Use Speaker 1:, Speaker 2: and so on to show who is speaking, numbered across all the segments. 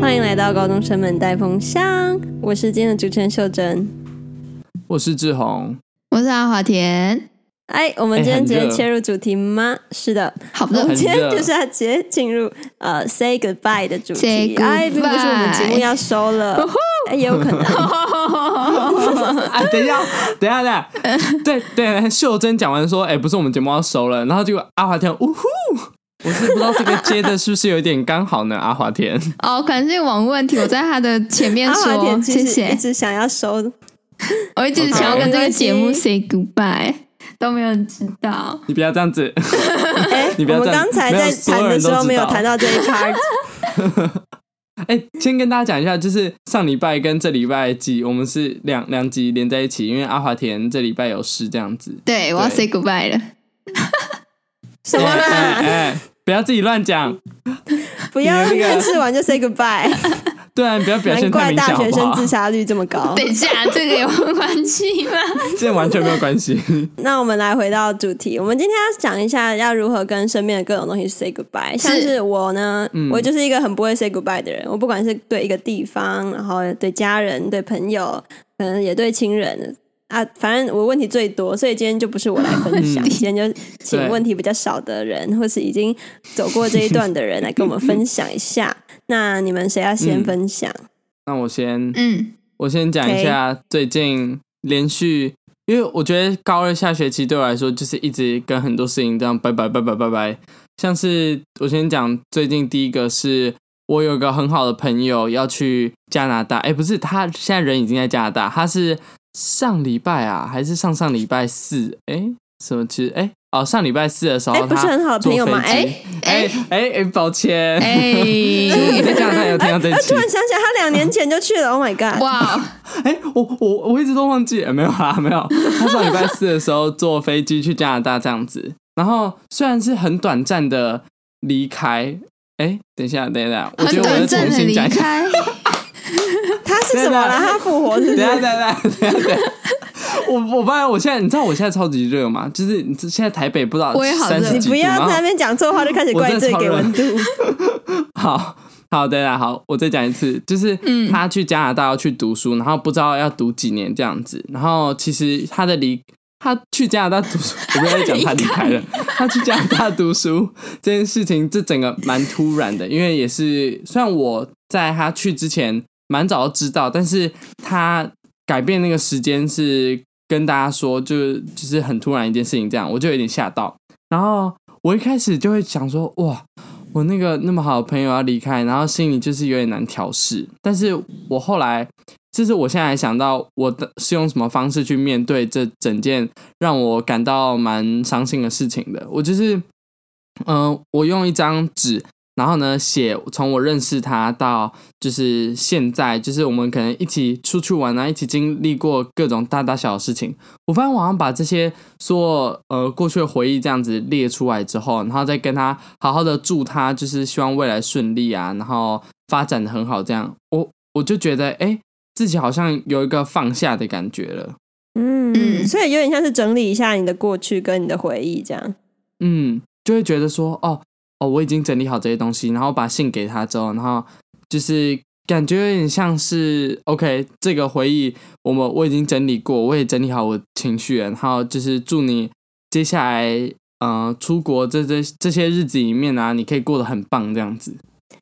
Speaker 1: 欢迎来到高中生们带风箱，我是今天的主持人秀珍。
Speaker 2: 我是志宏，
Speaker 3: 我是阿华田，
Speaker 1: 哎，我们
Speaker 2: 哎
Speaker 1: 今天
Speaker 2: 很
Speaker 1: 直
Speaker 2: 热
Speaker 1: 接切入主题
Speaker 2: 哎
Speaker 1: 吗？是的，
Speaker 3: 好
Speaker 1: 我
Speaker 3: 的
Speaker 1: 们
Speaker 2: 很，
Speaker 1: 今天
Speaker 2: 热
Speaker 1: 就是要直接进入呃 say goodbye 的主
Speaker 3: Say
Speaker 1: 题。哎，并不是我们节目
Speaker 3: goodbye
Speaker 1: 要收 了，哎也有可能。
Speaker 2: 啊，等一下，等一下，等一下， 对对，秀珍讲完说，哎、不是我们节目要收了，然后结果阿华田，呜呼，我是不知道这个接的是不是有点刚好呢？阿华田，
Speaker 3: 哦，可能是网问题，我在他的前面
Speaker 1: 阿华
Speaker 3: 说，
Speaker 1: 田啊其
Speaker 3: 谢
Speaker 1: 实一
Speaker 3: 谢，
Speaker 1: 直想要收 的，
Speaker 3: 我一直
Speaker 2: OK
Speaker 3: 想要跟这个节目
Speaker 1: 没关系
Speaker 3: say goodbye，都没有人知道，
Speaker 2: 你不要这样子，
Speaker 1: 哎，
Speaker 2: 你不
Speaker 1: 我
Speaker 2: 要
Speaker 1: 们
Speaker 2: 这样
Speaker 1: 刚才
Speaker 2: 没有
Speaker 1: 在
Speaker 2: 所
Speaker 1: 谈
Speaker 2: 有
Speaker 1: 的
Speaker 2: 人
Speaker 1: 时
Speaker 2: 都
Speaker 1: 候
Speaker 2: 知
Speaker 1: 没有
Speaker 2: 道
Speaker 1: 谈到这一 part，
Speaker 2: 哎、先跟大家讲一下，就是上礼拜跟这礼拜集，我们是两两集连在一起，因为阿华田这礼拜有事这样子。
Speaker 3: 对我要
Speaker 2: 对
Speaker 3: say goodbye 了，
Speaker 1: 什么
Speaker 2: 哎哎
Speaker 1: 啦？
Speaker 2: 哎不要自己乱讲，
Speaker 1: 不要
Speaker 2: 你的那个
Speaker 1: 面试完就 say goodbye，
Speaker 2: 对啊，你不要 表
Speaker 1: 难
Speaker 2: 现太
Speaker 1: 怪
Speaker 2: 明显，
Speaker 1: 大
Speaker 2: 好
Speaker 1: 学
Speaker 2: 不
Speaker 1: 生
Speaker 2: 好
Speaker 1: 自？杀率这么高。
Speaker 3: 等一下，这个有关系吗？
Speaker 2: 这完全没有关系。
Speaker 1: 那我们来回到主题，我们今天要讲一下要如何跟身边的各种东西 say goodbye。像是我呢，
Speaker 2: 嗯
Speaker 1: 我就是一个很不会 say goodbye 的人，我不管是对一个地方，然后对家人、对朋友，可能也对亲人啊，反正我问题最多，所以今天就不是我来分 享，
Speaker 2: 嗯
Speaker 1: 今天就请
Speaker 2: 对
Speaker 1: 问题比较少的人，或是已经走过这一段的人来跟我们分享一下。那你们谁要先
Speaker 2: 嗯
Speaker 1: 分享？
Speaker 2: 那我先
Speaker 3: 嗯，
Speaker 2: 我先讲一下最近连续，因为我觉得高二下学期对我来说就是一直跟很多事情这样拜拜拜拜拜拜。像是我先讲最近第一个是我有个很好的朋友要去加拿大，哎，不是他现在人已经在加拿大，他是上礼拜啊还是上上礼拜四？哎，什么其实哎哦上礼拜四的时候
Speaker 1: 哎
Speaker 2: 他
Speaker 1: 不是很好的朋友吗
Speaker 2: 坐飞机哎哎哎，抱歉，
Speaker 3: 哎、
Speaker 2: 你在加拿大有听到这一期
Speaker 1: 突？然想起来， 他两年前就去了。Oh my god！
Speaker 3: 哇，
Speaker 2: 哎、我我我一直都忘记，哎没有啦，没有。他上礼拜四的时候坐飞机去加拿大这样子，然后虽然是很短暂的离开，哎、等一下，等一下，我
Speaker 3: 很
Speaker 2: 觉得我
Speaker 3: 短
Speaker 2: 要
Speaker 3: 暂
Speaker 2: 重
Speaker 3: 的
Speaker 2: 新
Speaker 3: 离
Speaker 2: 讲一下。
Speaker 3: 开，
Speaker 1: 他是什么啦？
Speaker 2: 对啊的
Speaker 1: 他复活是不
Speaker 2: 等一
Speaker 1: 是？
Speaker 2: 下，等一下，等一下，等一下。我我发现我现在，你知道我现在超级热吗？就是你知现在台北不知道
Speaker 3: 我也好热
Speaker 2: 三十
Speaker 1: 你
Speaker 2: 几
Speaker 1: 不
Speaker 2: 度，
Speaker 1: 要
Speaker 2: 然后
Speaker 1: 在那边讲错话就开始怪罪给温度。
Speaker 2: 好好，等一下，好，我再讲一次，就是
Speaker 3: 嗯
Speaker 2: 他去加拿大要去读书，然后不知道要读几年这样子，然后其实他的离他去加拿大读书，我不要再讲他离开了，他去加拿大读书这件事情，这整个蛮突然的，因为也是虽然我在他去之前蛮早就知道，但是他改变那个时间是跟大家说，就是就是很突然一件事情，这样我就有点吓到。然后我一开始就会想说，哇，我那个那么好的朋友要离开，然后心里就是有点难调试。但是我后来，就是我现在还想到我的是用什么方式去面对这整件让我感到蛮伤心的事情的。我就是，嗯、我用一张纸。然后呢，写从我认识他到就是现在，就是我们可能一起出去玩啊，一起经历过各种大大小小的事情，我发现我好像把这些所有呃过去的回忆这样子列出来之后，然后再跟他好好的祝他，就是希望未来顺利啊，然后发展的很好，这样我我就觉得哎、诶自己好像有一个放下的感觉了。
Speaker 1: 嗯，
Speaker 3: 嗯
Speaker 1: 所以有点像是整理一下你的过去跟你的回忆这样。
Speaker 2: 嗯，就会觉得说，哦哦，我已经整理好这些东西，然后把信给他之后，然后就是感觉有点像是，OK，这个回忆我们我已经整理过，我也整理好我情绪了，然后就是祝你接下来，嗯、出国这这这些日子里面啊，你可以过得很棒这样子。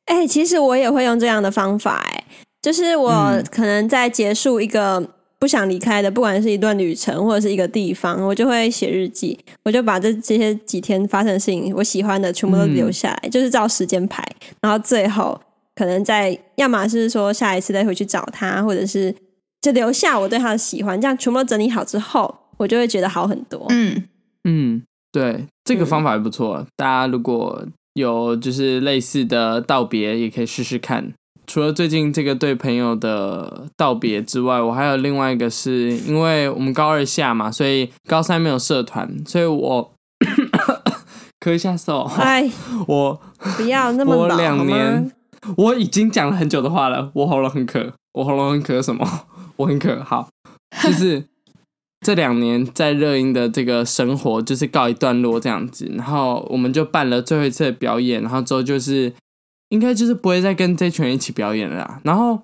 Speaker 1: 哎、其实我也会用这样的方法、哎，就是我
Speaker 2: 嗯
Speaker 1: 可能在结束一个不想离开的，不管是一段旅程或者是一个地方，我就会写日记，我就把这这些几天发生的事情，我喜欢的全部都
Speaker 2: 嗯
Speaker 1: 留下来，就是照时间排，然后最后可能在要么是说下一次再回去找他，或者是就留下我对他的喜欢，这样全部都整理好之后，我就会觉得好很多。
Speaker 3: 嗯，
Speaker 2: 嗯，对，这
Speaker 1: 嗯
Speaker 2: 个方法也不错，大家如果有就是类似的道别，也可以试试看。除了最近这个对朋友的道别之外，我还有另外一个是，因为我们高二下嘛，所以高三没有社团，所以我咳一下手。
Speaker 1: 哎，
Speaker 2: 我
Speaker 1: 不要那么
Speaker 2: 我
Speaker 1: 老好
Speaker 2: 两
Speaker 1: 吗
Speaker 2: 年？ 我已经讲了很久的话了，我喉咙很渴，我喉咙很渴什么？ 我很渴，好，就是这两年在热音的这个生活就是告一段落这样子，然后我们就办了最后一次的表演，然后之后就是。应该就是不会再跟这群人一起表演了啦。然后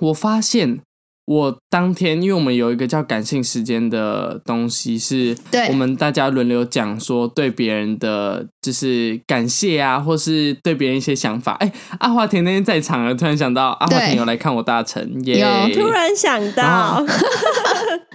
Speaker 2: 我发现，我当天因为我们有一个叫感性时间的东西，是
Speaker 3: 对
Speaker 2: 我们大家轮流讲说对别人的就是感谢啊，或是对别人一些想法。哎，阿华田那天在场了，突然想到阿华田
Speaker 3: 对
Speaker 2: 有来看我大成，耶！
Speaker 3: 有
Speaker 1: 突然想
Speaker 2: 然后
Speaker 1: 到，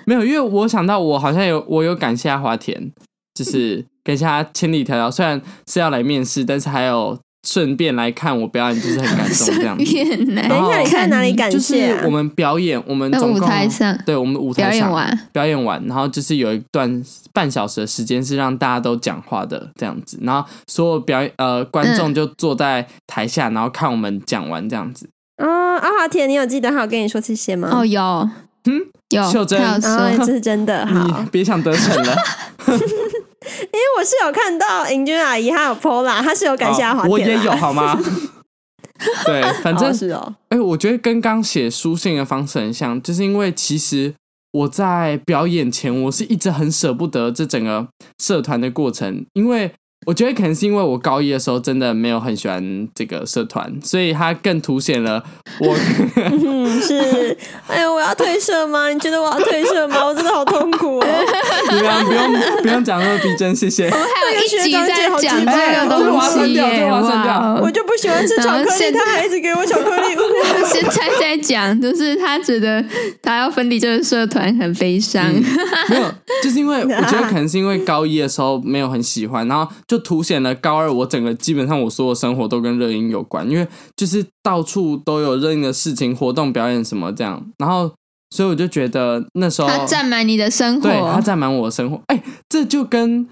Speaker 2: 没有，因为我想到我好像有我有感谢阿华田，就是感谢他千里迢迢，虽然是要来面试，但是还有顺便来看我表演，就是很感动这样 子。
Speaker 3: 变呢？
Speaker 2: 然
Speaker 1: 等一
Speaker 2: 后
Speaker 1: 下你看哪里感
Speaker 2: 就
Speaker 1: 谢
Speaker 2: 是
Speaker 1: 啊
Speaker 2: 我？们表演，我们
Speaker 3: 在
Speaker 2: 总
Speaker 3: 舞
Speaker 2: 共
Speaker 3: 台上
Speaker 2: 对我们舞台
Speaker 3: 表
Speaker 2: 上
Speaker 3: 演完，
Speaker 2: 表演完，然后就是有一段半小时的时间是让大家都讲话的这样子，然后所有表演呃观众就坐在台下，然后看我们讲完这样子。
Speaker 1: 啊，阿华田，你有记得他有跟你说这些吗？
Speaker 3: 哦，有，嗯，有，
Speaker 2: 秀珍
Speaker 3: 他有
Speaker 1: 啊，
Speaker 3: 说
Speaker 1: 这是真的。好，
Speaker 2: 你别想得逞了，
Speaker 1: 因为我是有看到尹君阿姨她有 PO 啦，她是有感谢阿华
Speaker 2: 哦
Speaker 1: 田啦、啊
Speaker 2: 我也有好吗？对，反正
Speaker 1: 哦是哦，
Speaker 2: 哎、我觉得跟刚写书信的方式很像，就是因为其实我在表演前，我是一直很舍不得这整个社团的过程，因为我觉得可能是因为我高一的时候真的没有很喜欢这个社团，所以它更凸显了我
Speaker 1: 嗯，是。哎呦，我要退社吗？你觉得我要退社吗？我真的好痛苦哦。
Speaker 2: 你们不用不用讲那么逼真，谢谢。
Speaker 3: 还有一集在讲
Speaker 1: 哎
Speaker 3: 这个
Speaker 1: 这个我
Speaker 3: 东
Speaker 1: 要
Speaker 2: 删
Speaker 3: 西
Speaker 2: 掉哦这
Speaker 3: 耶，
Speaker 2: 个我要删掉
Speaker 3: 哇
Speaker 1: 我
Speaker 3: 哦！
Speaker 1: 就不喜欢吃巧
Speaker 3: 然
Speaker 1: 克
Speaker 3: 后
Speaker 1: 力，
Speaker 3: 现
Speaker 1: 他还一直给我巧克力。
Speaker 3: 现在在讲，就是他觉得他要分离这个社团很悲伤，
Speaker 2: 没有，就是因为我觉得可能是因为高一的时候没有很喜欢，然后就凸显了高二我整个基本上我所有生活都跟热音有关，因为就是到处都有热音的事情、活动、表演什么这样，然后所以我就觉得那时候
Speaker 3: 他占满你的生
Speaker 2: 嗯哦对他
Speaker 3: 活，
Speaker 2: 占满我的生活，哎、这就跟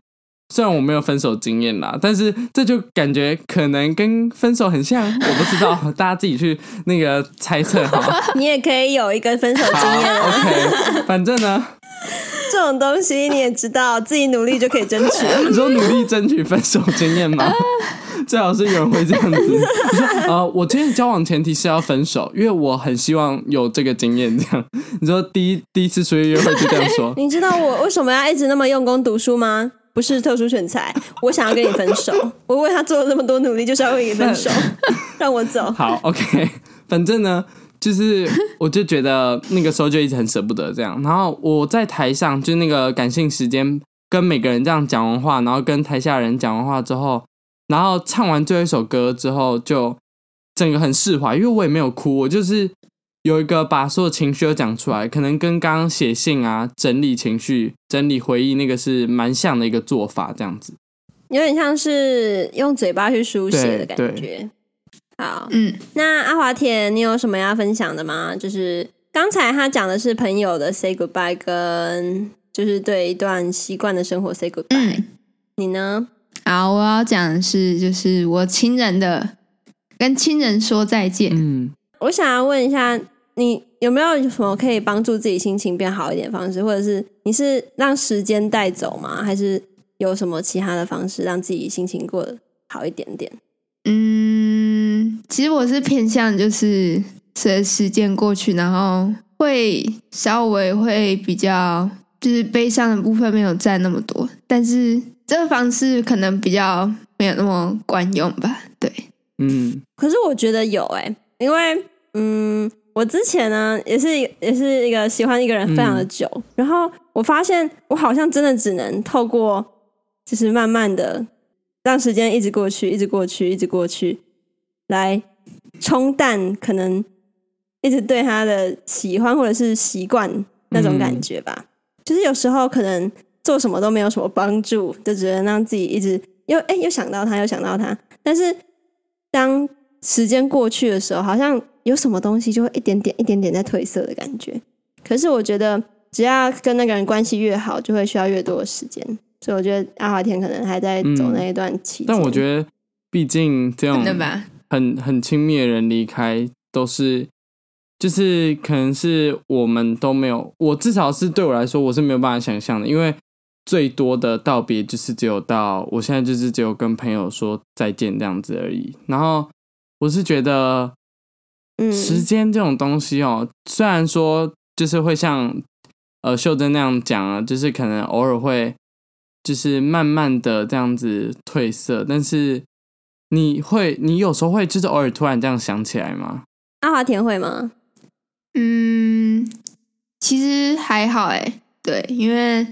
Speaker 2: 虽然我没有分手经验啦，但是这就感觉可能跟分手很像，我不知道，大家自己去那个猜测 哈。
Speaker 1: 你也可以有一个分手
Speaker 2: 好
Speaker 1: 经验啊，
Speaker 2: ，OK，反正呢。
Speaker 1: 这种东西你也知道，自己努力就可以争取。，
Speaker 2: 你说努力争取分手经验吗？最好是有人会这样子。你说呃，我今天交往前提是要分手，因为我很希望有这个经验。这样，你说第一第一次出去约会就这样说
Speaker 1: 你知道我为什么要一直那么用功读书吗？不是特殊选材，我想要跟你分手。 我为他做了那么多努力，就是要跟你分手， 让我走。
Speaker 2: 好，OK，反 正呢，就是我就觉得那个时候就一直很舍不得这样。然后我在台上就那个感性时间，跟每个人这样讲完话，然后跟台下人讲完话之后，然后唱完最后一首歌之后，就整个很释怀，因为我也没有哭，我就是有一个把所有情绪都讲出来，可能跟刚刚写信啊、整理情绪、整理回忆那个是蛮像的一个做法，这样子。
Speaker 1: 有点像是用嘴巴去书写的
Speaker 2: 对
Speaker 1: 感觉。好，
Speaker 3: 嗯，
Speaker 1: 那阿华田，你有什么要分享的吗？就是刚才他讲的是朋友的 say goodbye，跟就是对一段习惯的生活 say goodbye。
Speaker 3: 嗯
Speaker 1: 你呢？
Speaker 3: 好，我要讲的是，就是我亲人的跟亲人说再见。
Speaker 2: 嗯，
Speaker 1: 我想要问一下，你有没有什么可以帮助自己心情变好一点的方式，或者是你是让时间带走吗？还是有什么其他的方式让自己心情过得好一点点？
Speaker 3: 嗯，其实我是偏向就是随着时间过去，然后会稍微会比较就是悲伤的部分没有占那么多，但是这个方式可能比较没有那么管用吧。对，
Speaker 2: 嗯，
Speaker 1: 可是我觉得有哎、因为嗯，我之前呢也是也是一个喜欢一个人非常的久，然后我发现我好像真的只能透过就是慢慢的让时间一直过去，一直过去，一直过去，来冲淡可能一直对他的喜欢或者是习惯那种感觉吧。就是有时候可能做什么都没有什么帮助，就只能让自己一直又哎、又想到他，又想到他。但是当时间过去的时候，好像有什么东西就会一点点、一点点在褪色的感觉。可是我觉得，只要跟那个人关系越好，就会需要越多的时间。所以我觉得阿华田可能还在走
Speaker 2: 嗯
Speaker 1: 那一段期间、
Speaker 2: 但我觉得，毕竟这种
Speaker 3: 对吧？
Speaker 2: 很很亲密的人离开，都是就是可能是我们都没有，我至少是对我来说，我是没有办法想象的，因为最多的道别就是只有到我现在就是只有跟朋友说再见这样子而已。然后我是觉得
Speaker 1: 嗯
Speaker 2: 时间这种东西哦，虽然说就是会像呃秀珍那样讲啊，就是可能偶尔会就是慢慢的这样子褪色，但是你会，你有时候会就是偶尔突然这样想起来吗？
Speaker 1: 阿华田会吗？
Speaker 3: 嗯，其实还好哎、对，因为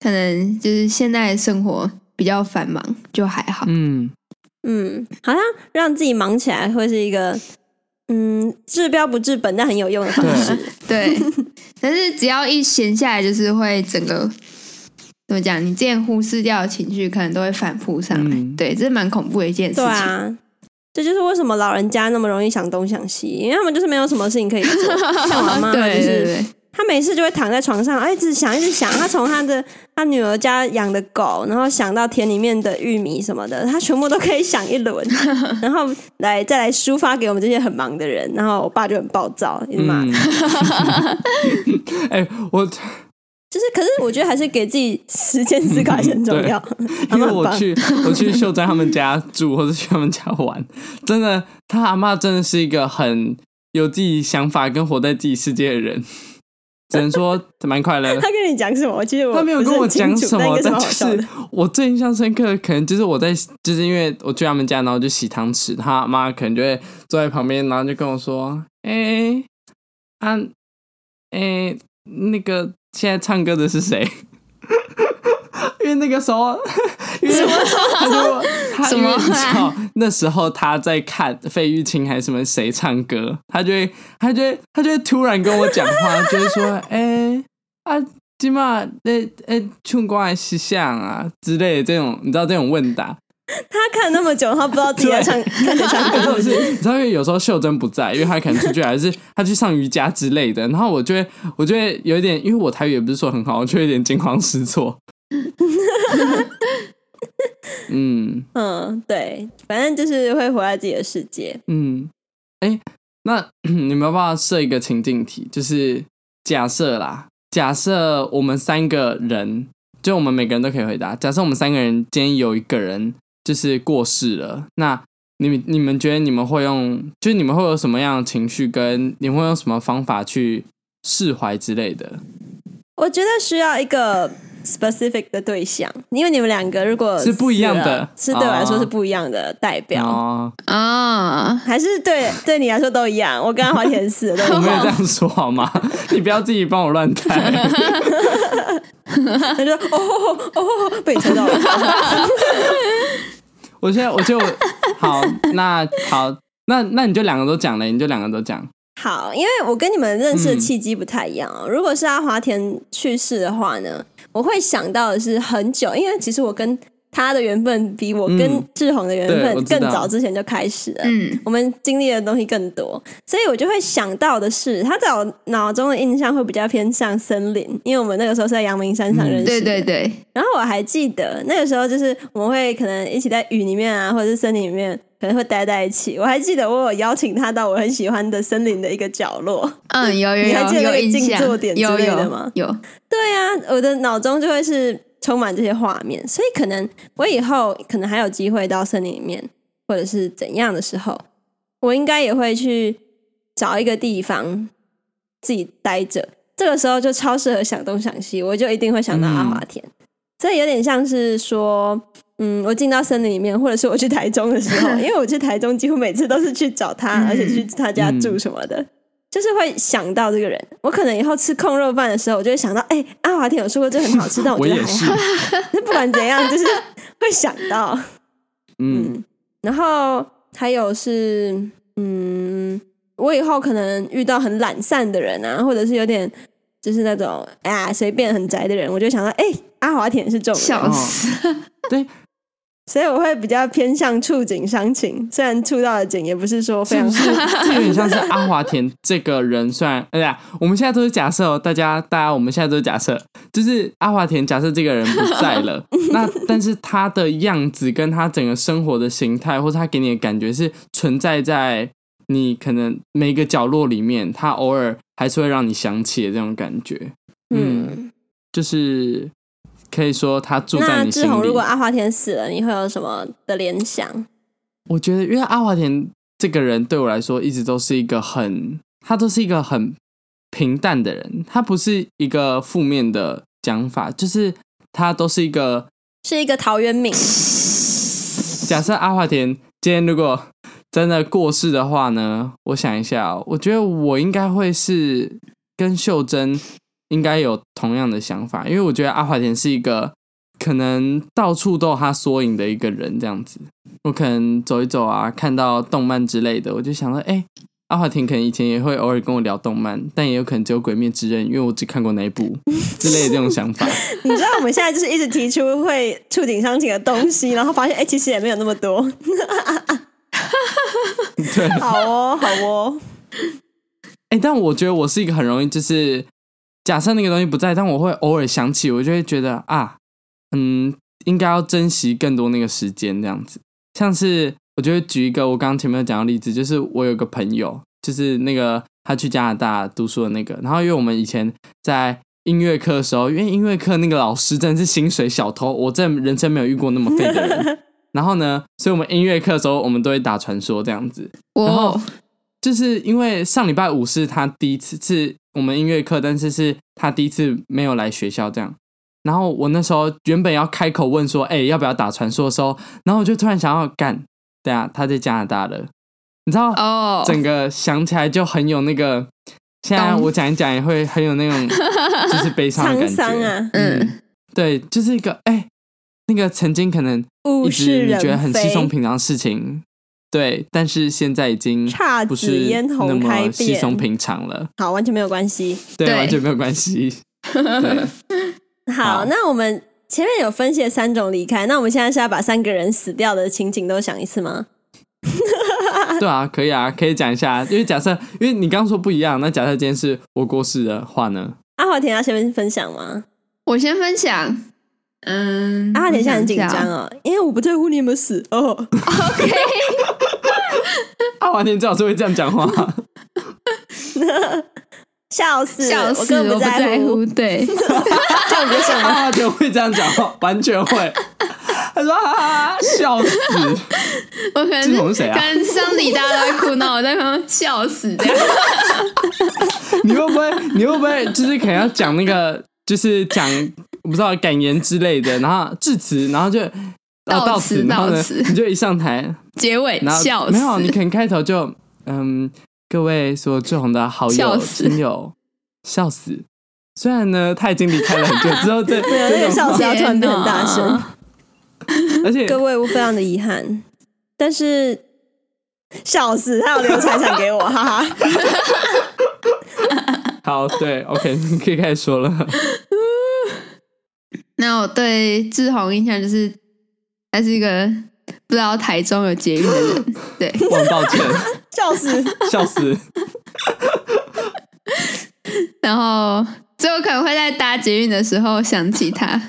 Speaker 3: 可能就是现在的生活比较繁忙，就还好。
Speaker 2: 嗯，
Speaker 1: 嗯，好像让自己忙起来会是一个嗯治标不治本但很有用的方
Speaker 2: 对
Speaker 1: 式。
Speaker 3: 对，但是只要一闲下来，就是会整个怎么讲？你之前忽视掉的情绪，可能都会反扑上来。
Speaker 2: 嗯
Speaker 3: 对，这是蛮恐怖的一件事
Speaker 1: 对
Speaker 3: 情。
Speaker 1: 啊，这就是为什么老人家那么容易想东想西，因为他们就是没有什么事情可以做。像我妈妈就
Speaker 3: 对对
Speaker 1: 是，
Speaker 3: 对，
Speaker 1: 她每次就会躺在床上，哎，一直想，一直想。她从她的她女儿家养的狗，然后想到田里面的玉米什么的，她全部都可以想一 轮，然后来再来抒发给我们这些很忙的人。然后我爸就很暴躁，一直骂她
Speaker 2: 嗯， 哎、我
Speaker 1: 就是，可是我觉得还是给自己时间思考也是很重要。阿
Speaker 2: 嗯 因为
Speaker 1: 嬷很
Speaker 2: 我
Speaker 1: 棒
Speaker 2: 去我去秀珍他们家住，或者去他们家玩，真的，他阿嬷真的是一个很有自己想法跟活在自己世界的人，只能说蛮快乐 的。
Speaker 1: 他跟你讲什么？我其实我
Speaker 2: 他没有
Speaker 1: 不是
Speaker 2: 跟我
Speaker 1: 很清
Speaker 2: 讲
Speaker 1: 楚
Speaker 2: 什
Speaker 1: 但应
Speaker 2: 么，
Speaker 1: 该是
Speaker 2: 但
Speaker 1: 蛮
Speaker 2: 就
Speaker 1: 好笑的
Speaker 2: 是我最印象深刻，的可能就是我在，就是因为我去他们家，然后就洗汤匙，他阿妈可能就会坐在旁边，然后就跟我说：“哎、啊，哎、那个现在唱歌的是谁？” 因为那个时候， 因为他就他
Speaker 3: 什
Speaker 2: 因为
Speaker 3: 么
Speaker 2: 你知道那时候他在看费玉清还是什么谁唱歌，他就会他就会他就会突然跟我讲话， 就会说：“哎、啊，今嘛诶诶，唱歌的是像啊之类的这种，你知道这种问答，
Speaker 1: 他看那么久，他不知道自己在 唱，看着唱歌
Speaker 2: 或者是你知道，因为有时候秀珍不在，因为她可能出去，还是她去上瑜伽之类的，然后我就会我就会有一点，因为我台语也不是说很好，我就会有点惊慌失措。嗯
Speaker 1: 嗯，对，反正就是会活在自己的世界。
Speaker 2: 嗯，哎、那 你们要不要设一个情境题？就是假设啦，假设我们三个人，就我们每个人都可以回答。假设我们三个人今天有一个人就是过世了，那你们你们觉得你们会用，就是你们会有什么样的情绪，跟你们会用什么方法去释怀之类的？
Speaker 1: 我觉得需要一个 specific 的对象，因为你们两个如果
Speaker 2: 是不一样的
Speaker 1: 死了是对我来说是不一样的代表，
Speaker 2: 哦，
Speaker 3: 啊、
Speaker 1: 还是对对你来说都一样。我跟阿华田死了都
Speaker 2: 我
Speaker 1: 一
Speaker 2: 没有这
Speaker 1: 样，
Speaker 2: 样说好吗？ 你不要自己帮我乱猜。
Speaker 1: 他就哦哦哦哦被你猜到了，
Speaker 2: 我现在我觉得我好，那好，那那你就两个都讲了，你就两个都讲。
Speaker 1: 好，因为我跟你们认识的契机不太一样、哦。如果是阿华田去世的话呢，我会想到的是很久，因为其实我跟他的缘分比我跟
Speaker 2: 嗯
Speaker 1: 志宏的缘
Speaker 2: 对我
Speaker 1: 分
Speaker 2: 知道
Speaker 1: 更早之前就开始了。
Speaker 3: 嗯，
Speaker 1: 我们经历的东西更多，所以我就会想到的是，他在我脑中的印象会比较偏向森林，因为我们那个时候是在阳明山上
Speaker 2: 嗯
Speaker 1: 认识的、
Speaker 3: 对对对，
Speaker 1: 然后我还记得那个时候，就是我们会可能一起在雨里面啊，或者是森林里面，可能会待在一起。我还记得我有邀请他到我很喜欢的森林的一个角落。
Speaker 3: 嗯，有有
Speaker 1: 你还
Speaker 3: 有
Speaker 1: 记得那
Speaker 3: 有
Speaker 1: 个
Speaker 3: 印
Speaker 1: 静
Speaker 3: 象，
Speaker 1: 坐点之
Speaker 3: 有
Speaker 1: 类的
Speaker 3: 有
Speaker 1: 吗
Speaker 3: 有，
Speaker 1: 对啊，我的脑中就会是充满这些画面，所以可能我以后可能还有机会到森林里面，或者是怎样的时候，我应该也会去找一个地方自己待着。这个时候就超适合想东想西，我就一定会想到阿华田。这有点像是说，嗯，我进到森林里面，或者是我去台中的时候，因为我去台中几乎每次都是去找他，
Speaker 3: 嗯
Speaker 1: 而且去他家住什么的，就是会想到这个人。我可能以后吃控肉饭的时候，我就会想到，哎、阿华田有说过这很好吃，但我觉得
Speaker 2: 也
Speaker 1: 还
Speaker 2: 是
Speaker 1: 好。，那不管怎样，就是会想 到，
Speaker 2: 嗯
Speaker 1: 嗯。然后还有是，嗯，我以后可能遇到很懒散的人啊，或者是有点就是那种哎呀随便很宅的人，我就想到，哎、阿华田是这种人，
Speaker 3: 笑死，
Speaker 2: 对，
Speaker 1: 所以我会比较偏向触景伤情。虽然触到的景也不是说非
Speaker 2: 是
Speaker 1: 常
Speaker 2: 不
Speaker 1: 好，嗯
Speaker 2: 是这有点像是阿华田这个人？虽然哎呀，我们现在都是假设哦，大家大家我们现在都是假设，就是阿华田假设这个人不在 了，那但是他的样子跟他整个生活的形态，或者他给你的感觉是存在在你可能每一个角落里面，他偶尔还是会让你想起的这种感觉。嗯
Speaker 1: 嗯。
Speaker 2: 就是可以说他住在
Speaker 1: 那
Speaker 2: 你心
Speaker 1: 志宏，
Speaker 2: 里
Speaker 1: 如。果阿华田死了，你会有什么的联想？
Speaker 2: 我觉得，因为阿华田这个人对我来说，一直都是一个很，他都是一个很平淡的人，他不是一个负面的讲法，就是他都是一个
Speaker 1: 是一个陶渊明，
Speaker 2: 假设阿华田今天如果真的过世的话呢，我想一下哦、我觉得我应该会是跟秀珍应该有同样的想法，因为我觉得阿华田是一个可能到处都有他缩影的一个人，这样子。我可能走一走啊，看到动漫之类的，我就想到，哎、阿华田可能以前也会偶尔跟我聊动漫，但也有可能只有《鬼灭之刃》，因为我只看过那一部之类的这种想法。
Speaker 1: 你知道我们现在就是一直提出会触景伤情的东西，然后发现哎、诶其实也没有那么多。
Speaker 2: 对，哎、
Speaker 1: 好哦，好哦，
Speaker 2: 但我觉得我是一个很容易就是，假设那个东西不在，但我会偶尔想起，我就会觉得啊，嗯，应该要珍惜更多那个时间这样子。像是我就会举一个我刚刚前面有讲到的例子，就是我有个朋友，就是那个他去加拿大读书的那个，然后因为我们以前在音乐课的时候，因为音乐课那个老师真的是薪水小偷，我真的人生没有遇过那么废的人。然后呢，所以我们音乐课的时候，我们都会打传说这样子。哦然后
Speaker 1: 哦
Speaker 3: 我
Speaker 2: 就是因为上礼拜五是他第一次是我们音乐课，但是是他第一次没有来学校这样。然后我那时候原本要开口问说，哎、要不要打传说的时候，然后我就突然想要干，对啊，他在加拿大了，你知道，
Speaker 3: 哦，
Speaker 2: 整个想起来就很有那个。现在
Speaker 3: 懂
Speaker 2: 我讲一讲也会很有那种就是悲伤 的
Speaker 1: 沧
Speaker 2: 感觉，
Speaker 1: 桑啊，
Speaker 3: 嗯，
Speaker 2: 对，就是一个哎、那个曾经可能
Speaker 1: 物
Speaker 2: 一
Speaker 1: 是
Speaker 2: 直你
Speaker 1: 人
Speaker 2: 觉得很稀松
Speaker 1: 非，
Speaker 2: 平常的事情，对，但是现在已经
Speaker 1: 姹
Speaker 2: 不
Speaker 1: 紫
Speaker 2: 是
Speaker 1: 嫣
Speaker 2: 那
Speaker 1: 红开
Speaker 2: 么稀松
Speaker 1: 遍。
Speaker 2: 平常了，
Speaker 1: 好，完全没有关系。
Speaker 2: 对，
Speaker 3: 对
Speaker 2: 完全没有 关系。对，
Speaker 1: 好，
Speaker 2: 好
Speaker 1: 那我们前面有分析了三种离开，那我们现在是要把三个人死掉的情景都想一次吗？
Speaker 2: 对啊，可以啊，可以讲一下。因为假设，因为你刚刚说不一样，那假设今天是我过世的话呢？
Speaker 1: 阿华田要先分享吗？
Speaker 3: 我先分享。嗯，
Speaker 1: 阿华田现在很紧
Speaker 3: 我想一下
Speaker 1: 张哦，因为我不在乎你有没有死 哦。
Speaker 2: 阿华田最好是会这样讲 话，
Speaker 1: 笑死！
Speaker 3: 笑死，
Speaker 1: 根本
Speaker 3: 我
Speaker 1: 不在乎。
Speaker 3: 乎。 对，
Speaker 2: 这样子想阿华田啊会这样讲话，完全会。他说啊，笑死！
Speaker 3: 我可能
Speaker 2: 这
Speaker 3: 是
Speaker 2: 种是谁啊
Speaker 3: 可能丧礼大家都在哭，那我在旁边笑死这 样。
Speaker 2: 你会不会？你会不会就是可能要讲那个， 就是讲我不知道感言之类的，然后致辞，然后就。啊
Speaker 3: 到
Speaker 2: 到
Speaker 3: 此
Speaker 2: 此，然后
Speaker 3: 到
Speaker 2: 呢
Speaker 3: 此，
Speaker 2: 你就一上台，
Speaker 3: 结尾
Speaker 2: 然后
Speaker 3: 笑死，
Speaker 2: 没有，你可能开头就嗯，各位所有志宏的好
Speaker 3: 笑
Speaker 2: 友
Speaker 3: 死
Speaker 2: 亲友，笑死。虽然呢，他已经离开了很久之后， 这
Speaker 1: 对，啊而
Speaker 2: 这
Speaker 1: 且
Speaker 2: 种
Speaker 1: 笑
Speaker 2: 话
Speaker 1: 死要突然变很大
Speaker 3: 天
Speaker 1: 声。
Speaker 3: 哪
Speaker 2: 而 且
Speaker 1: 各位，我非常的遗憾，但是笑死，他有留财产 给我，哈哈。
Speaker 2: 好对，OK，你可以开始说了。
Speaker 3: 那我对志宏印象就是，他是一个不知道台中有捷运的 人，对，
Speaker 2: 我抱 歉，
Speaker 1: 笑死，
Speaker 2: 笑死。
Speaker 3: 然后所以我可能会在搭捷运的时候想起他。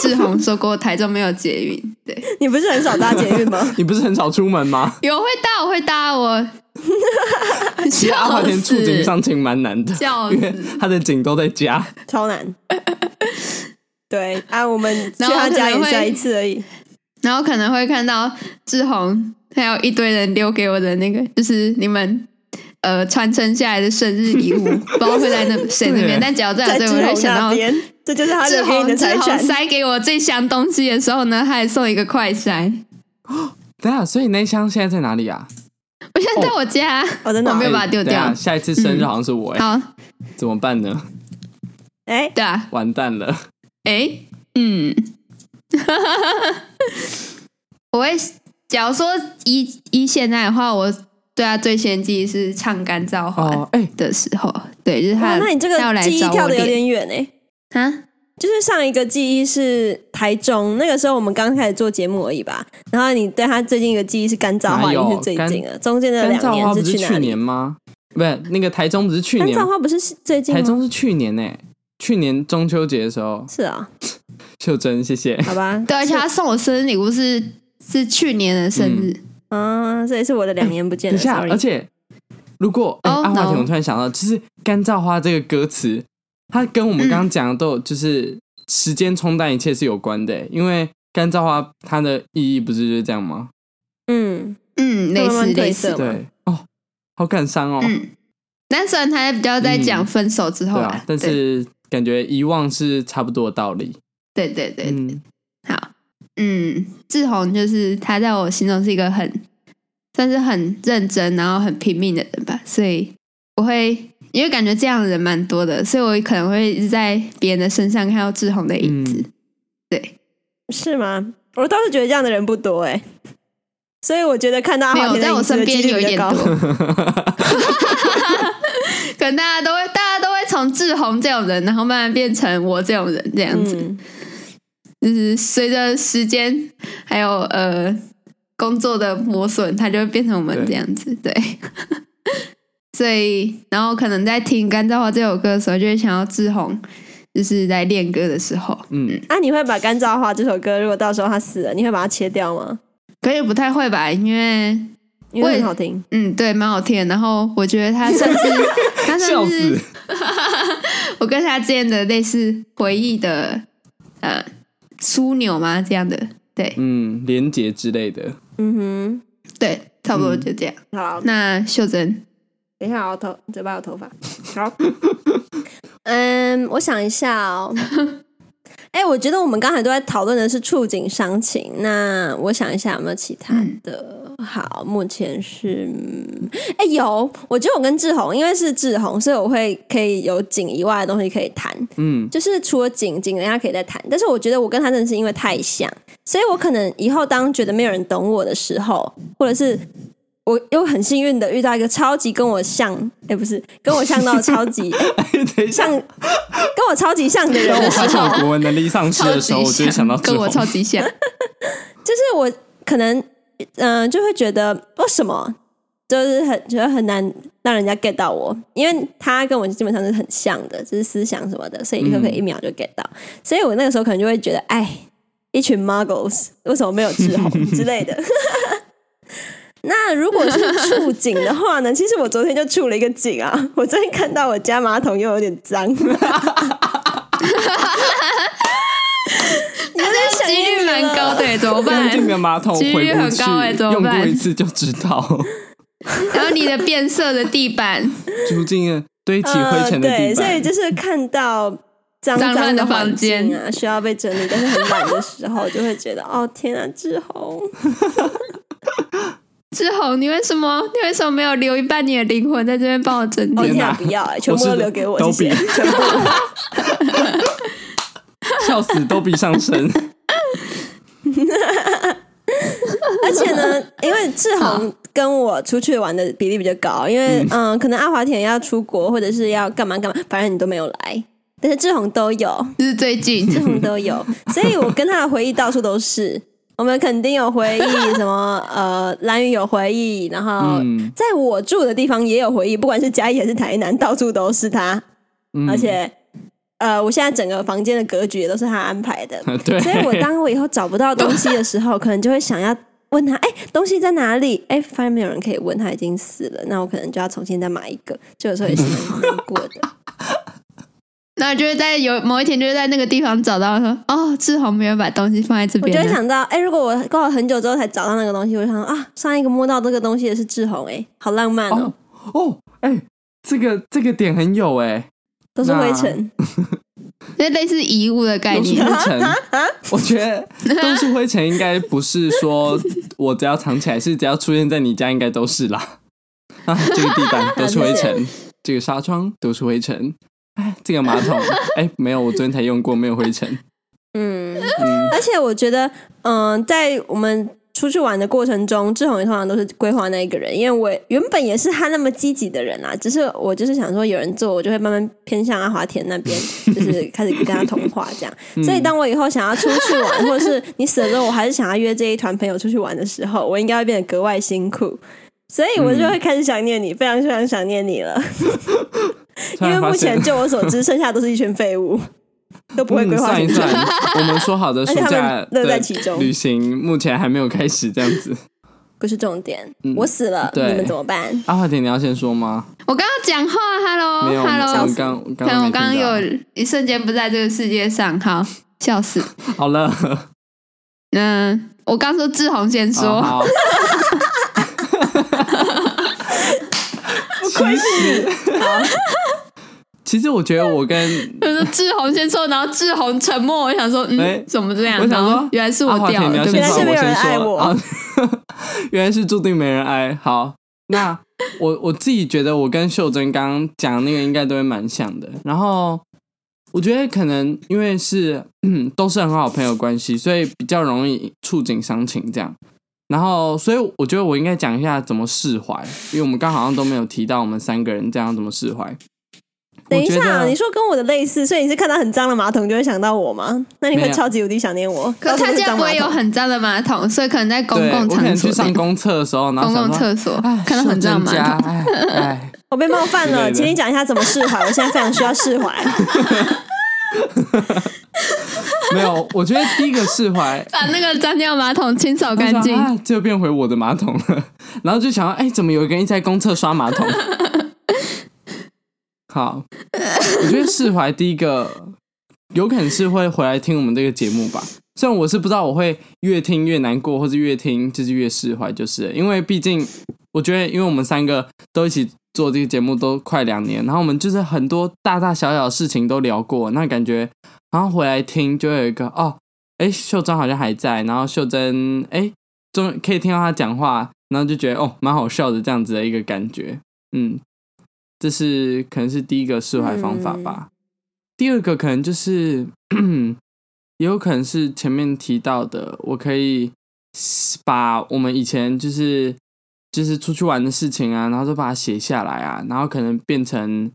Speaker 3: 志宏说过台中没有捷运，对，
Speaker 1: 你不是很少搭捷运 吗？
Speaker 2: 你不是很少出门吗？
Speaker 3: 有会搭我会搭我，
Speaker 2: 其实阿华
Speaker 3: 笑
Speaker 2: 田触景
Speaker 3: 死，
Speaker 2: 伤情蛮难的，
Speaker 3: 笑
Speaker 2: 因为
Speaker 3: 死。
Speaker 2: 他的景都在家。
Speaker 1: 超难。对啊，我们去
Speaker 3: 然后
Speaker 1: 他家
Speaker 3: 可能
Speaker 1: 也
Speaker 3: 会
Speaker 1: 才一次而已。
Speaker 3: 然后可能会看到志宏还有一堆人留给我的那个，就是你们呃传承下来的生日礼 物，不知道会在那谁那
Speaker 2: 对，
Speaker 3: 边但只要在我
Speaker 1: 在
Speaker 3: 这，
Speaker 1: 志
Speaker 3: 啊我就
Speaker 1: 宏
Speaker 3: 会想
Speaker 1: 那
Speaker 3: 到
Speaker 1: 边，这就是他
Speaker 3: 志
Speaker 1: 留给你
Speaker 3: 宏
Speaker 1: 的
Speaker 3: 志
Speaker 1: 财
Speaker 3: 宏
Speaker 1: 产。
Speaker 3: 塞给我这箱东西的时候呢，他还送一个快筛，
Speaker 2: 等一啊下，所以那箱现在在哪里啊？
Speaker 3: 我现在在我家，
Speaker 1: 哦，真的
Speaker 3: 我
Speaker 1: 哦
Speaker 3: 没有把它丢掉
Speaker 2: 哎等一下下一次生
Speaker 1: 嗯
Speaker 2: 日好像是我，哎，
Speaker 3: 好，
Speaker 2: 怎么办呢？
Speaker 1: 哎，
Speaker 3: 对啊，
Speaker 2: 完蛋了。
Speaker 3: 诶，嗯， 我会，假如说以以现在的话，我对他最先记忆是唱干燥花
Speaker 2: 哦，哎，
Speaker 3: 的时候，对，就是
Speaker 1: 哎哇，
Speaker 3: 他
Speaker 1: 那你这个
Speaker 3: 要来
Speaker 1: 记忆
Speaker 3: 找
Speaker 1: 跳
Speaker 3: 我
Speaker 1: 的有
Speaker 3: 练
Speaker 1: 点远哎。
Speaker 3: 啊，，
Speaker 1: 就是上一个记忆是台中，那个时候我们刚开始做节目而已吧。然后你对他最近一个记忆是干燥花，
Speaker 2: 哪有
Speaker 1: 也是最近的，中间的
Speaker 2: 干
Speaker 1: 两
Speaker 2: 燥
Speaker 1: 年
Speaker 2: 花不
Speaker 1: 去哪
Speaker 2: 去
Speaker 1: 里
Speaker 2: 年？吗？不是，那个台中不是去
Speaker 1: 干
Speaker 2: 年，
Speaker 1: 燥花不是最近吗？
Speaker 2: 台中是去年呢、去年中秋节的时候，
Speaker 1: 是啊、
Speaker 2: 秀珍，谢谢。
Speaker 1: 好吧
Speaker 3: 对，而且他送我生日礼物是是去年的生日，
Speaker 1: 啊，这也是我的两年不见
Speaker 2: 哎等
Speaker 1: 了。
Speaker 2: 一下，
Speaker 1: sorry 哦
Speaker 2: 而且如果、哎，
Speaker 3: Oh,
Speaker 2: 阿华
Speaker 3: no
Speaker 2: 田，我突然想到，就是《干燥花》这个歌词，它跟
Speaker 1: 嗯
Speaker 2: 我们刚刚讲的都有，就是时间冲淡一切是有关的、因为干燥花它的意义不是就是这样吗？
Speaker 1: 嗯，
Speaker 3: 嗯，类
Speaker 1: 慢慢
Speaker 3: 似类
Speaker 1: 褪
Speaker 3: 似
Speaker 1: 色，嘛
Speaker 2: 对，哦，好感伤哦。
Speaker 3: 嗯。但虽然他比较在讲
Speaker 2: 嗯
Speaker 3: 分手之后
Speaker 2: 对
Speaker 3: 啦
Speaker 2: 啊，，但
Speaker 3: 哦对
Speaker 2: 是感觉遗忘是差不多的道理。
Speaker 3: 对对对，
Speaker 2: 嗯，
Speaker 3: 好，嗯，志宏就是他在我心中是一个很算是很认真，然后很拼命的人吧，所以我会因为感觉这样的人蛮多的，所以我可能会一直在别人的身上看到志宏的影子。
Speaker 2: 嗯
Speaker 3: 对，
Speaker 1: 是吗？我倒是觉得这样的人不多哎、所以我觉得看到阿
Speaker 3: 没
Speaker 1: 华
Speaker 3: 有
Speaker 1: 田啊的
Speaker 3: 在我
Speaker 1: 影子
Speaker 3: 身
Speaker 1: 的几
Speaker 3: 边
Speaker 1: 率
Speaker 3: 有一
Speaker 1: 比
Speaker 3: 点
Speaker 1: 较
Speaker 3: 多
Speaker 1: 高。，
Speaker 3: 可能大家都会大家都会从志宏这种人，然后慢慢变成我这种人这样子。
Speaker 1: 嗯，
Speaker 3: 就是随着时间还有呃工作的磨损，它就会变成我们
Speaker 2: 对
Speaker 3: 这样子。对， 所以然后可能在听《干燥花》这首歌的时候，就会想要志宏，就是在练歌的时候，
Speaker 2: 嗯，
Speaker 1: 啊，你会把《干燥花》这首歌，如果到时候他死了，你会把它切掉吗？
Speaker 3: 可也不太会吧，因为
Speaker 1: 因为
Speaker 3: 我也
Speaker 1: 很好听。
Speaker 3: 嗯，对，蛮好听的。然后我觉得他 算是他
Speaker 2: 笑
Speaker 3: 算
Speaker 2: 死
Speaker 3: 是，我跟他之间的类似回忆的呃枢纽嘛，这样的，对
Speaker 2: 嗯，连结之类的，
Speaker 1: 嗯
Speaker 3: 对，差不多就这样。
Speaker 1: 哼，好，
Speaker 3: 那秀珍。
Speaker 1: 等一下，我头嘴巴有 头发。好，嗯，我想一下 哦。哎、我觉得我们刚才都在讨论的是触景伤情，那我想一下有没有其他的。好，目前是，嗯哎、有，我觉得我跟志宏，因为是志宏，所以我会可以有景以外的东西可以谈。
Speaker 2: 嗯，
Speaker 1: 就是除了景景，人家可以再谈。但是我觉得我跟他真的是因为太像，所以我可能以后当觉得没有人懂我的时候，或者是我又很幸运的遇到一个超级跟我像，哎、不是跟我像到超级、诶
Speaker 2: 等一下
Speaker 1: 像，跟我超级像的人
Speaker 2: 当我
Speaker 1: 的时
Speaker 2: 发现
Speaker 1: 候
Speaker 2: 我，国文能力丧失
Speaker 3: 超
Speaker 2: 的时
Speaker 3: 级像，
Speaker 2: 候，我就会想到志
Speaker 3: 跟我
Speaker 2: 宏，
Speaker 3: 超级像，
Speaker 1: 就是我可能嗯、呃就会觉得为什么就是很觉得很难让人家 get 到我，因为他跟我基本上是很像的，就是思想什么的，所以立刻可
Speaker 3: 嗯
Speaker 1: 以一秒就 get 到，所以我那个时候可能就会觉得，哎，一群 muggles 为什么没有志宏之类的。 那如果是触景的话 呢？其实我昨天就触了一个景啊！我昨天看到我家马桶又有点脏， 你们在想
Speaker 3: 几率蛮
Speaker 1: 念了
Speaker 3: 高的耶，怎么办
Speaker 2: 干？净的马桶
Speaker 3: 几
Speaker 2: 回
Speaker 3: 率
Speaker 2: 不
Speaker 3: 很
Speaker 2: 去
Speaker 3: 高欸，怎么
Speaker 2: 用
Speaker 3: 办
Speaker 2: 过一次就知道，
Speaker 3: 然后你的变色的地板，
Speaker 2: 住进了堆起灰尘的
Speaker 1: 呃。对，
Speaker 2: 地
Speaker 1: 所以
Speaker 2: 板，
Speaker 1: 就是看到脏
Speaker 3: 脏
Speaker 1: 脏
Speaker 3: 乱的
Speaker 1: 环
Speaker 3: 房间
Speaker 1: 境啊，需要被整理，但是很懒的时候，就会觉得哦天啊，志宏，
Speaker 3: 志宏，你为什么？你为什么没有留一半你的灵魂在这边帮我整
Speaker 1: 哦
Speaker 3: 理？
Speaker 1: 天
Speaker 2: 天
Speaker 1: 啊
Speaker 2: 哪，
Speaker 1: 不要、欸，全部
Speaker 2: 我是
Speaker 1: 都留给我，
Speaker 2: 都
Speaker 1: 谢谢
Speaker 2: 比。
Speaker 1: 全部
Speaker 2: 笑死，都比上身，
Speaker 1: 而且 呢，因为志宏
Speaker 3: 好
Speaker 1: 跟我出去玩的比例比较高，因为嗯、可能阿华田要出国或者是要干嘛干嘛，反正你都没有来，但是志宏都 有，
Speaker 3: 就是最近，
Speaker 1: 志宏都有，所以我跟他的回忆到处都是。我们肯定有回 忆，什么呃，蓝宇有回忆，然后
Speaker 2: 嗯
Speaker 1: 在我住的地方也有回忆，不管是嘉义还是台南，到处都是他，
Speaker 2: 嗯
Speaker 1: 而且呃，我现在整个房间的格局也都是他安排 的，
Speaker 2: 对，
Speaker 1: 所以我当我以后找不到东西的时候，可能就会想要问他，哎、东西在哪里？哎、发现没有人可以问，他已经死了，那我可能就要重新再买一个，就有时候也是蛮难过的。
Speaker 3: 那就会在有某一天，就会在那个地方找到说，哦，志宏没有把东西放 在这
Speaker 1: 我就
Speaker 3: 边
Speaker 1: 会
Speaker 3: 呢。
Speaker 1: 想到，哎、如果我过了很久之后才找到那个东西，我就想说啊，上一个摸到这个东西的是志宏，哎，好浪漫哦，
Speaker 2: 哦哦，哎，这个这个点很有哎，
Speaker 1: 都是灰尘。
Speaker 3: 就类似遗物的概
Speaker 2: 都是
Speaker 3: 念
Speaker 2: 灰。
Speaker 1: 啊
Speaker 2: 尘， 我觉得都是灰尘，应该不是说我只要藏起来，是只要出现在你家，应该都是啦。 啊，这个地板都是灰 尘，这个纱窗都是灰尘，哎，这个马 桶，哎，没有，我昨天才用过，没有灰尘。
Speaker 1: 嗯，
Speaker 2: 嗯，
Speaker 1: 而且我觉得，嗯、在我们出去玩的过程中，志宏也通常都是规划那一个人，因为我原本也是他那么积极的人啦、只是我就是想说有人做，我就会慢慢偏向阿华田那边，就是 开始跟他同化这 样。
Speaker 2: 嗯
Speaker 1: 所以当我以后想要出去玩，或者是你死了之后，我还是想要约这一团朋友出去玩的时候，我应该会变得格外辛苦。所以
Speaker 2: 嗯
Speaker 1: 我就会开始想念你，非常非常想念你了。
Speaker 2: 突
Speaker 1: 因
Speaker 2: 然
Speaker 1: 为目
Speaker 2: 发现
Speaker 1: 前就我所知，剩下都是一群废物，都不会
Speaker 2: 嗯
Speaker 1: 规划
Speaker 2: 算
Speaker 1: 行
Speaker 2: 一
Speaker 1: 程。
Speaker 2: 算，我们说好的暑
Speaker 1: 而且他
Speaker 2: 假
Speaker 1: 们乐在
Speaker 2: 的
Speaker 1: 其中
Speaker 2: 旅行目前还没有开始，这样子。
Speaker 1: 不是重点，
Speaker 2: 嗯
Speaker 1: 我死了，你
Speaker 2: 对
Speaker 1: 们怎么办？
Speaker 2: 阿华田，你要先说吗？
Speaker 3: 我刚刚讲话哦
Speaker 2: 没有，我们我
Speaker 1: 笑死
Speaker 3: ，hello，hello，
Speaker 2: 们刚刚
Speaker 3: 可能
Speaker 2: 刚
Speaker 3: 我刚刚
Speaker 2: 没听
Speaker 3: 有一瞬间不在这个世界上，好笑死。
Speaker 2: 到好了，
Speaker 3: 嗯，我刚说志宏先说。
Speaker 2: 哦 好其实，其实我觉得我跟
Speaker 3: 他说志宏先说，然后志宏沉默。我想说，嗯，
Speaker 2: 哎
Speaker 3: 怎么这样？
Speaker 2: 我想说
Speaker 3: 然后原来是
Speaker 2: 阿
Speaker 3: 我
Speaker 2: 华
Speaker 3: 掉
Speaker 2: 田，你
Speaker 3: 了，
Speaker 2: 要
Speaker 3: 对不
Speaker 2: 先
Speaker 1: 原来是没有
Speaker 2: 说，我
Speaker 3: 起。
Speaker 1: 人
Speaker 2: 先
Speaker 1: 爱
Speaker 2: 说
Speaker 1: 我
Speaker 2: 啊。 原来是注定没人爱。好，那我我自己觉得，我跟秀珍刚刚讲那个应该都会蛮像的。然后我觉得可能因为是、嗯、都是很好的朋友关系，所以比较容易触景伤情这样。然后，所以我觉得我应该讲一下怎么释怀，因为我们刚好像都没有提到我们三个人这样怎么释怀。
Speaker 1: 等一
Speaker 2: 我觉
Speaker 1: 下，
Speaker 2: 得
Speaker 1: 你说跟我的类似，所以你是看到很脏的马桶就会想到我吗？那你
Speaker 2: 没
Speaker 1: 会
Speaker 2: 有
Speaker 1: 超级无敌想念我？
Speaker 3: 可
Speaker 1: 到
Speaker 3: 是他
Speaker 1: 处是
Speaker 3: 家
Speaker 1: 脏
Speaker 3: 不
Speaker 1: 马
Speaker 3: 会有
Speaker 1: 桶。
Speaker 3: 很脏的马桶，所以可能在公
Speaker 2: 对，
Speaker 3: 共
Speaker 2: 我可能
Speaker 3: 场
Speaker 2: 去
Speaker 3: 所这
Speaker 2: 上
Speaker 3: 样、
Speaker 2: 公厕的时候，然后
Speaker 3: 公
Speaker 2: 想
Speaker 3: 共
Speaker 2: 说，
Speaker 3: 厕所
Speaker 2: 哎，
Speaker 3: 看到很脏的
Speaker 2: 秀珍 家
Speaker 3: 马桶。
Speaker 2: 哎哎，
Speaker 1: 我被冒犯
Speaker 2: 之类
Speaker 1: 了，
Speaker 2: 的
Speaker 1: 请你讲一下怎么释怀。我现在非常需要释 怀。
Speaker 2: 没有，我觉得第一个释 怀
Speaker 3: 把那个脏掉马桶清扫干净
Speaker 2: 我，想啊这又变回我的马桶了。 然后就想到，哎、怎么有一个人一直在公厕刷马桶？ 好，我觉得释怀第一个有可能是会回来听我们这个节目吧。虽然我是不知道我会越听越难过，或是越听就是越释怀，就是了因为毕竟我觉得，因为我们三个都一起做这个节目都快两年，然后我们就是很多大大小小的事情都聊过，那感觉然后回来听就会有一个哦，哎，秀珍好像还在，然后秀珍哎，诶终于可以听到她讲话，然后就觉得哦，蛮好笑的这样子的一个感觉，嗯，这是可能是第一个释怀方法吧。啊第二个可能就是， 也有可能是前面提到的，我可以把我们以前就是就是出去玩的事情啊，然后都把它写下来啊，然后可能变成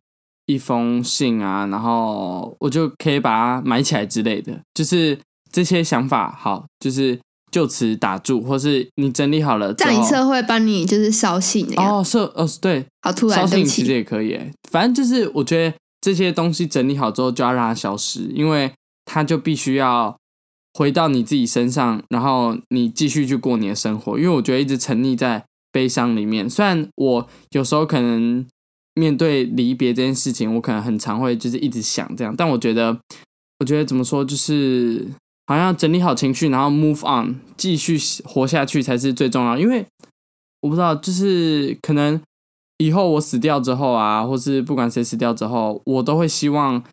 Speaker 2: 一封信啊，然后我就可以把它埋起来之类的，就是这些想法好，就是就此打住，或是你整理好了之
Speaker 3: 葬仪社
Speaker 2: 后。
Speaker 3: 会帮你就是扫兴的呀。
Speaker 2: 哦，是哦，对，
Speaker 3: 好突
Speaker 2: 烧
Speaker 3: 然，
Speaker 2: 信
Speaker 3: 对不
Speaker 2: 其实
Speaker 3: 起。
Speaker 2: 也可以耶，反正就是我觉得这些东西整理好之后就要让它消失，因为它就必须要回到你自己身上，然后你继续去过你的生活。因为我觉得一直沉溺在悲伤里面，虽然我有时候可能面对离别这件事情，我可能很常会就是一直想这样，但我觉得，我觉得怎么说就是。好像要整理好情绪，然后 move on，继续活下去才是最重要。因为我不知道，就是可能以后我死掉之后啊，或是不管谁死掉之后，我都会希望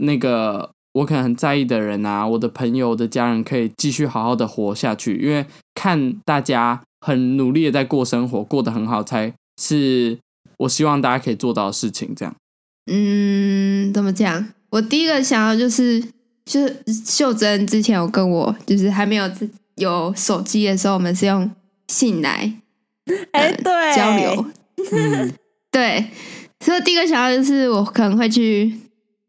Speaker 2: 那个我可能很在意的人啊，我的朋友、我的家人可以继续好好的活下去，因为看大家很努力的在过生活，过得很好，才是我希望大家可以做到的事情。这样，
Speaker 3: 嗯，怎么讲？我第一个想要就是，就是秀珍之前有跟我，就是还没有自有手机的时候，我们是用信来
Speaker 1: 哎，
Speaker 3: 嗯
Speaker 1: 对，
Speaker 3: 交流。
Speaker 2: 嗯，
Speaker 3: 对，所以第一个想要就是我可能会去，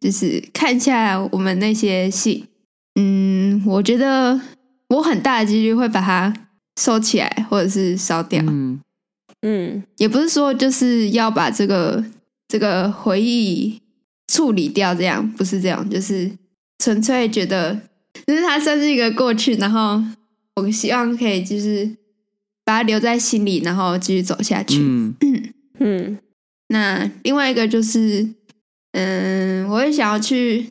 Speaker 3: 就是看一下我们那些信。嗯，我觉得我很大的几率会把它收起来，或者是烧掉。
Speaker 2: 嗯
Speaker 1: 嗯，
Speaker 3: 也不是说就是要把这个这个回忆处理掉，这样不是这样，就是纯粹觉得，就是它算是一个过去，然后我希望可以就是把它留在心里，然后继续走下去。
Speaker 2: 嗯
Speaker 1: 嗯，
Speaker 3: 那另外一个就是，嗯，我也想要去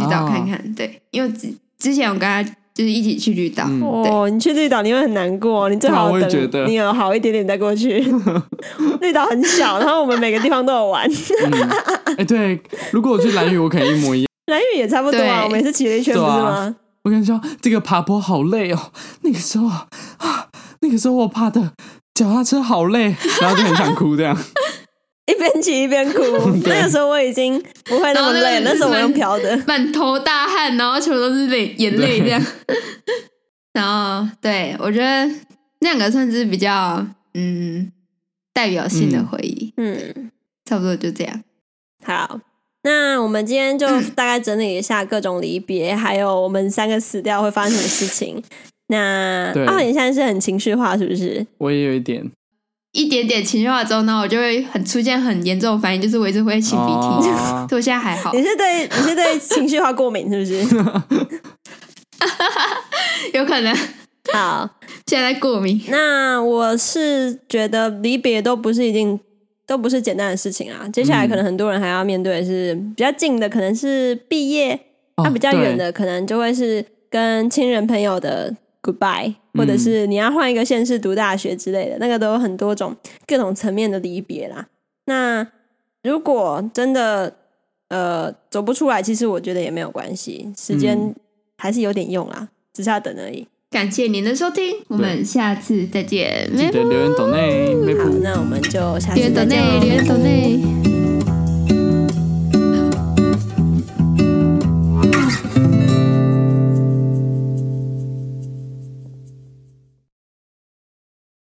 Speaker 3: 绿岛
Speaker 2: 哦
Speaker 3: 看看，对，因为之之前我跟他就是一起去绿岛，
Speaker 2: 嗯
Speaker 1: 哦，你去绿岛你会很难过，你最好
Speaker 2: 对啊我也觉得
Speaker 1: 等你有好一点点再过 去。绿岛很小，然后我们每个地方都有玩，
Speaker 2: 嗯，哎、对，如果我去蓝屿，我可能一模一样。
Speaker 1: 蓝屿也差不多啊。
Speaker 3: 对
Speaker 1: 我们也是骑了一圈，不
Speaker 2: 对
Speaker 1: 是
Speaker 2: 啊
Speaker 1: 吗？
Speaker 2: 我跟你说，这个爬坡好累哦。那个时候啊，啊那个时候我爬的脚踏车好累，然后就很想哭这 样。
Speaker 1: 一边骑一 边哭。那个时候我已经不会那么累，
Speaker 3: 然后那个
Speaker 1: 那时候我用飘的。
Speaker 3: 满头大汗，然后全部都是泪眼泪这样。 然后，对我觉得那两个算是比较嗯代表性的回忆，
Speaker 1: 嗯，
Speaker 3: 差不多就这样。
Speaker 1: 好。那我们今天就大概整理一下各种离别，还有我们三个死掉会发生什么事情。那
Speaker 2: 对
Speaker 1: 啊，你现在是很情绪化，是不是？
Speaker 2: 我也有一点
Speaker 3: 一点点情绪化之后呢，我就会很出现很严重的反应，就是我一直会擤鼻涕，
Speaker 2: 哦
Speaker 3: 所以我现在还好
Speaker 1: 你，是对你是对情绪化过敏，是不是？
Speaker 3: 有可能
Speaker 1: 好，
Speaker 3: 现在过敏。
Speaker 1: 那我是觉得离别都不是一定都不是简单的事情啊。接下来可能很多人还要面对的是比较近的，可能是毕业；那、
Speaker 2: 哦
Speaker 1: 比较远
Speaker 2: 对
Speaker 1: 的，可能就会是跟亲人朋友的 goodbye，或
Speaker 2: 嗯
Speaker 1: 者是你要换一个县市读大学之类的，那个都有很多种各种层面的离别啦。那如果真的呃走不出来，其实我觉得也没有关系，时间
Speaker 2: 嗯
Speaker 1: 还是有点用啦，只是要等而已。
Speaker 3: 感谢您的收听，我们下次再见，
Speaker 2: 记得留言抖内，
Speaker 1: 好
Speaker 2: 拜，拜。
Speaker 1: 嗯那我们就下
Speaker 3: 留
Speaker 1: 次
Speaker 3: 言抖
Speaker 1: 再见
Speaker 3: 内，
Speaker 1: 喽
Speaker 3: 留言抖内。